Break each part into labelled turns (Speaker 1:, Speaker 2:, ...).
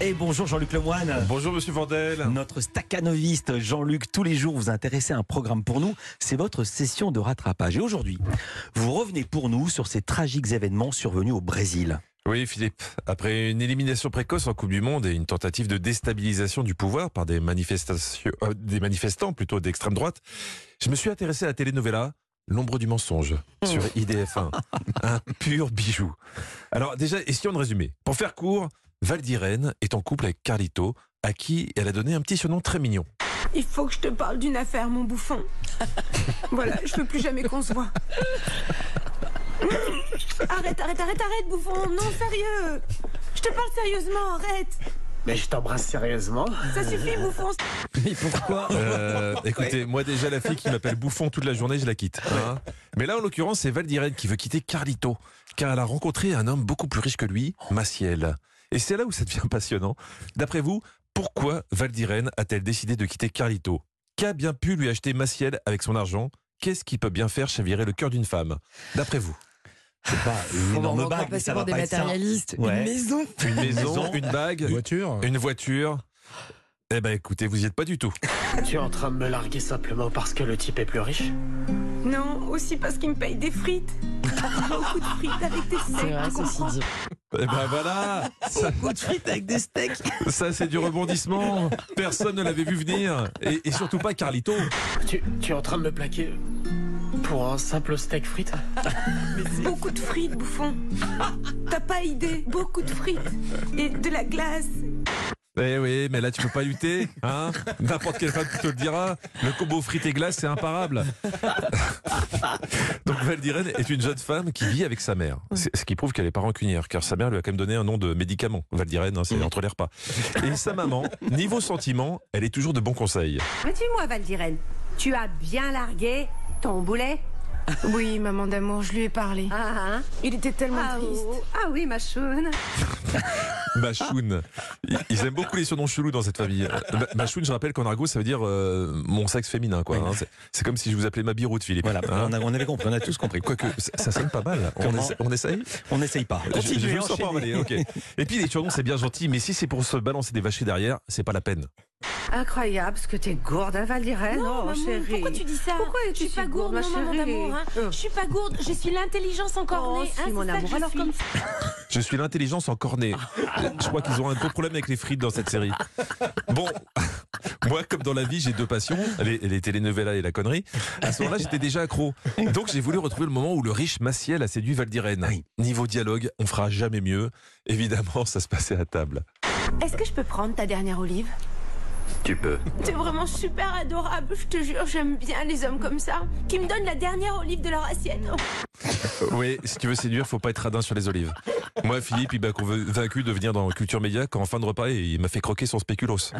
Speaker 1: Et bonjour Jean-Luc Lemoine.
Speaker 2: Bonjour Monsieur Vandel.
Speaker 1: Notre staccanoviste Jean-Luc, tous les jours vous intéressez à un programme pour nous, c'est votre session de rattrapage. Et aujourd'hui, vous revenez pour nous sur ces tragiques événements survenus au Brésil.
Speaker 2: Oui Philippe, après une élimination précoce en Coupe du Monde et une tentative de déstabilisation du pouvoir par des, manifestations, euh, des manifestants plutôt d'extrême droite, je me suis intéressé à la telenovela L'ombre du mensonge sur IDF1. Un pur bijou. Alors déjà, essayons de résumer. Pour faire court, Valdirène est en couple avec Carlito, à qui elle a donné un petit surnom très mignon.
Speaker 3: Il faut que je te parle d'une affaire, mon bouffon. voilà, je veux plus jamais qu'on se voit. Arrête, arrête, arrête, arrête, bouffon. Non, sérieux. Je te parle sérieusement, arrête.
Speaker 4: Mais je t'embrasse sérieusement.
Speaker 3: Ça suffit, bouffon.
Speaker 1: Mais pourquoi
Speaker 2: Euh, écoutez, moi déjà, la fille qui m'appelle bouffon toute la journée, je la quitte. hein. Mais là, en l'occurrence, c'est Valdirène qui veut quitter Carlito, car elle a rencontré un homme beaucoup plus riche que lui, Maciel. Et c'est là où ça devient passionnant. D'après vous, pourquoi Valdirène a-t-elle décidé de quitter Carlito Qu'a bien pu lui acheter Maciel avec son argent Qu'est-ce qui peut bien faire chavirer le cœur d'une femme D'après vous
Speaker 1: C'est pas une
Speaker 5: On va
Speaker 1: énorme
Speaker 5: encore
Speaker 1: bague, mais
Speaker 5: passer
Speaker 1: ça
Speaker 5: pour
Speaker 1: va
Speaker 5: des
Speaker 1: pas être ça.
Speaker 5: matérialistes.
Speaker 1: Ouais.
Speaker 5: Une maison.
Speaker 2: Une maison,
Speaker 1: maison.
Speaker 2: une bague,
Speaker 6: voiture
Speaker 2: une voiture Eh ben écoutez, vous y êtes pas du tout.
Speaker 4: Tu es en train de me larguer simplement parce que le type est plus riche
Speaker 3: Non, aussi parce qu'il me paye des frites. Beaucoup de frites avec tes
Speaker 5: C'est
Speaker 3: secs,
Speaker 5: vrai,
Speaker 3: tu
Speaker 5: ceci
Speaker 3: comprends
Speaker 5: dit.
Speaker 2: Eh ben voilà ça-
Speaker 1: Beaucoup de frites avec des steaks.
Speaker 2: Ça, c'est du rebondissement. Personne ne l'avait vu venir. Et, et surtout pas Carlito.
Speaker 4: tu, tu es en train de me plaquer pour un simple steak frites
Speaker 3: Beaucoup de frites, bouffon. T'as pas idée. Beaucoup de frites. Et de la glace.
Speaker 2: Eh oui, mais là, tu peux pas lutter. Hein N'importe quelle femme te le dira. Le combo frites et glace, c'est imparable. Donc, Valdirène est une jeune femme qui vit avec sa mère. C'est- Ce qui prouve qu'elle est pas rancunière, car sa mère lui a quand même donné un nom de médicament. Valdirène, hein, c'est entre les repas. Et sa maman, niveau sentiment, elle est toujours de bons conseils.
Speaker 7: Mais Ah, dis-moi, Valdirène, tu as bien largué ton boulet
Speaker 3: Oui, maman d'amour, je lui ai parlé.
Speaker 7: Ah, hein
Speaker 3: Il était tellement
Speaker 7: ah,
Speaker 3: triste.
Speaker 7: oh, ah oui, ma choune.
Speaker 2: Machoun. Ils- Ils aiment beaucoup les surnoms chelous dans cette famille. Euh, Ma- Machoun, je rappelle qu'en argot, ça veut dire euh, mon sexe féminin. quoi. hein. C'est- C'est comme si je vous appelais ma biroute, Philippe.
Speaker 1: Voilà,
Speaker 2: Hein.
Speaker 1: on, a- on avait compris, on a tous compris.
Speaker 2: Quoique, ça, ça sonne pas mal. On,
Speaker 1: Comment
Speaker 2: essa- on essaye
Speaker 1: On n'essaye pas. hein.
Speaker 2: Je- je,
Speaker 1: Continuez,
Speaker 2: me sens pas
Speaker 1: enchaînez.
Speaker 2: emballé, ok. Et puis, les surnoms, c'est bien gentil, mais si c'est pour se balancer des vaches derrière, c'est pas la peine.
Speaker 7: Incroyable, ce que t'es gourde, hein,
Speaker 3: Eh
Speaker 7: Valdirène.
Speaker 8: Non,
Speaker 7: oh,
Speaker 8: maman,
Speaker 7: chérie.
Speaker 8: pourquoi tu dis ça
Speaker 7: Pourquoi
Speaker 8: Je
Speaker 7: tu
Speaker 8: suis
Speaker 7: dis
Speaker 8: pas gourde,
Speaker 7: gourde,
Speaker 8: non,
Speaker 7: ma
Speaker 8: maman
Speaker 7: chérie
Speaker 8: d'amour. hein.
Speaker 7: Euh.
Speaker 8: Je suis pas gourde, je suis l'intelligence
Speaker 7: Oh,
Speaker 8: encornée.
Speaker 7: si,
Speaker 8: hein,
Speaker 7: mon
Speaker 8: c'est ça que
Speaker 7: amour,
Speaker 8: je
Speaker 7: alors
Speaker 8: suis.
Speaker 7: comme
Speaker 2: Je suis l'intelligence encornée. Je crois qu'ils ont un gros problème avec les frites dans cette série. Bon, moi, comme dans la vie, j'ai deux passions, les, les telenovelas et la connerie. À ce moment-là, j'étais déjà accro. Donc, j'ai voulu retrouver le moment où le riche Maciel a séduit Valdirène.
Speaker 1: Oui.
Speaker 2: Niveau dialogue, on fera jamais mieux. Évidemment, ça se passait à table.
Speaker 8: Est-ce que je peux prendre ta dernière olive
Speaker 4: Tu peux.
Speaker 3: T'es vraiment super adorable, je te jure, j'aime bien les hommes comme ça, qui me donnent la dernière olive de leur assiette.
Speaker 2: Oui, si tu veux séduire, faut pas être radin sur les olives. Moi, Philippe, il m'a convaincu de venir dans Culture Média quand en fin de repas, il m'a fait croquer son spéculos.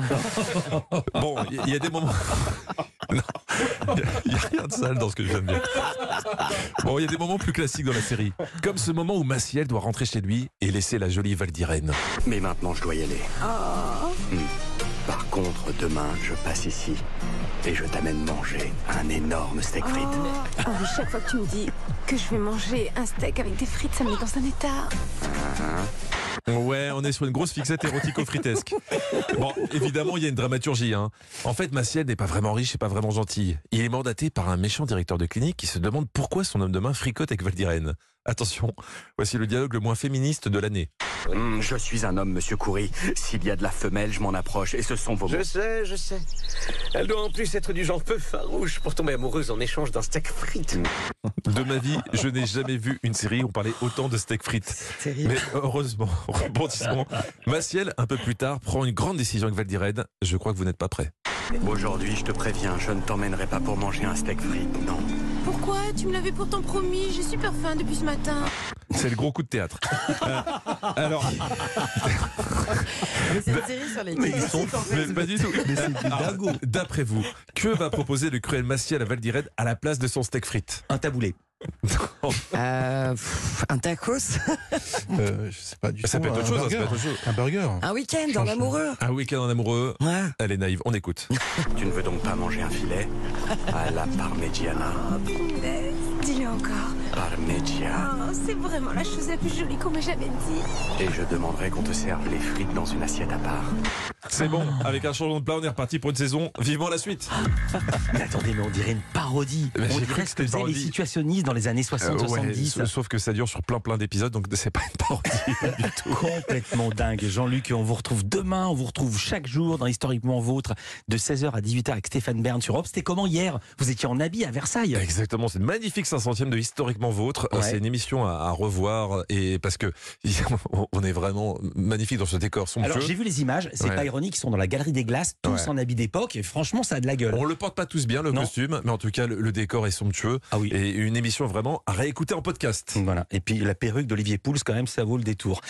Speaker 2: Bon, il y, y a des moments. Non, il n'y a rien de sale dans ce que je viens de dire. Bon, il y a des moments plus classiques dans la série. Comme ce moment où Maciel doit rentrer chez lui et laisser la jolie Valdirène.
Speaker 9: Mais maintenant, je dois y aller. Hmm. Par contre, demain, je passe ici et je t'amène manger un énorme steak frites.
Speaker 3: Oh, mais chaque fois que tu me dis que je vais manger un steak avec des frites, ça me met dans un état.
Speaker 2: Ouais, on est sur une grosse fixette érotico-fritesque. Bon, évidemment, il y a une dramaturgie. Hein. En fait, Maciel n'est pas vraiment riche et pas vraiment gentil. Il est mandaté par un méchant directeur de clinique qui se demande pourquoi son homme de main fricote avec Valdirène. Attention, voici le dialogue le moins féministe de l'année.
Speaker 9: Hmm, je suis un homme, monsieur Coury. S'il y a de la femelle, je m'en approche et ce sont vos mots.
Speaker 4: Je sais, je sais. Elle doit en plus être du genre peu farouche pour tomber amoureuse en échange d'un steak frites.
Speaker 2: De ma vie, je n'ai jamais vu une série où on parlait autant de steak frites.
Speaker 5: Terrible.
Speaker 2: Mais heureusement, rebondissement, Maciel, un peu plus tard, prend une grande décision avec Valdirène. Je crois que vous n'êtes pas prêts.
Speaker 9: Aujourd'hui, je te préviens, je ne t'emmènerai pas pour manger un steak frites, non.
Speaker 8: Pourquoi Tu me l'avais pourtant promis, j'ai super faim depuis ce matin.
Speaker 2: C'est le gros coup de théâtre. Euh, alors,
Speaker 5: Mais c'est une série sur les
Speaker 1: Ah, ils sont
Speaker 2: Mais pas du tout. Alors, D'après vous, que va proposer le cruel Maciel à Valdirède à la place de son steak frites
Speaker 1: Un taboulé.
Speaker 5: Euh, pff, un tacos
Speaker 6: Euh, Je sais pas du
Speaker 2: Ça
Speaker 6: tout,
Speaker 2: peut être
Speaker 6: un
Speaker 2: autre chose, hein, ça peut
Speaker 6: burger.
Speaker 2: être autre chose.
Speaker 6: Un burger.
Speaker 5: Un week-end en amoureux
Speaker 2: Un week-end en amoureux.
Speaker 5: Ouais.
Speaker 2: Elle est naïve, on écoute.
Speaker 9: Tu ne veux donc pas manger un filet à la parmigiana
Speaker 3: Dis-le encore.
Speaker 9: Parmegia.
Speaker 8: Oh, c'est vraiment la chose la plus jolie qu'on m'ait jamais dit.
Speaker 9: Et je demanderai qu'on te serve les frites dans une assiette à part.
Speaker 2: C'est bon, avec un changement de plat, on est reparti pour une saison. Vivement la suite.
Speaker 1: Mais attendez, mais on dirait une parodie.
Speaker 2: Mais
Speaker 1: on
Speaker 2: j'ai cru
Speaker 1: dirait
Speaker 2: que
Speaker 1: ce que
Speaker 2: c'était
Speaker 1: faisaient les
Speaker 2: parodie.
Speaker 1: situationnistes dans les années 60,
Speaker 2: Euh, ouais,
Speaker 1: 70.
Speaker 2: sa- sauf que ça dure sur plein plein d'épisodes, donc c'est pas une parodie du tout.
Speaker 1: Complètement dingue. Jean-Luc, et on vous retrouve demain, on vous retrouve chaque jour dans Historiquement Vôtre de 16h à 18h avec Stéphane Bern sur Europe. C'était comment hier Vous étiez en habit à Versailles.
Speaker 2: Exactement, c'est une magnifique 500e de Historiquement Vôtre. Euh,
Speaker 1: Ouais.
Speaker 2: C'est une émission à, à revoir et parce que on est vraiment magnifique dans ce décor
Speaker 1: Alors
Speaker 2: somptueux.
Speaker 1: j'ai vu les images, c'est
Speaker 2: Ouais.
Speaker 1: pas ironique, ils sont dans la galerie des glaces, tous
Speaker 2: Ouais. Oh.
Speaker 1: en habit d'époque et franchement ça a de la gueule.
Speaker 2: On le porte pas tous bien le
Speaker 1: Non.
Speaker 2: costume, mais en tout cas le, le décor est somptueux
Speaker 1: Ah oui.
Speaker 2: et une émission vraiment à réécouter en podcast.
Speaker 1: Voilà. Et puis la perruque d'Olivier Pouls, quand même, ça vaut le détour.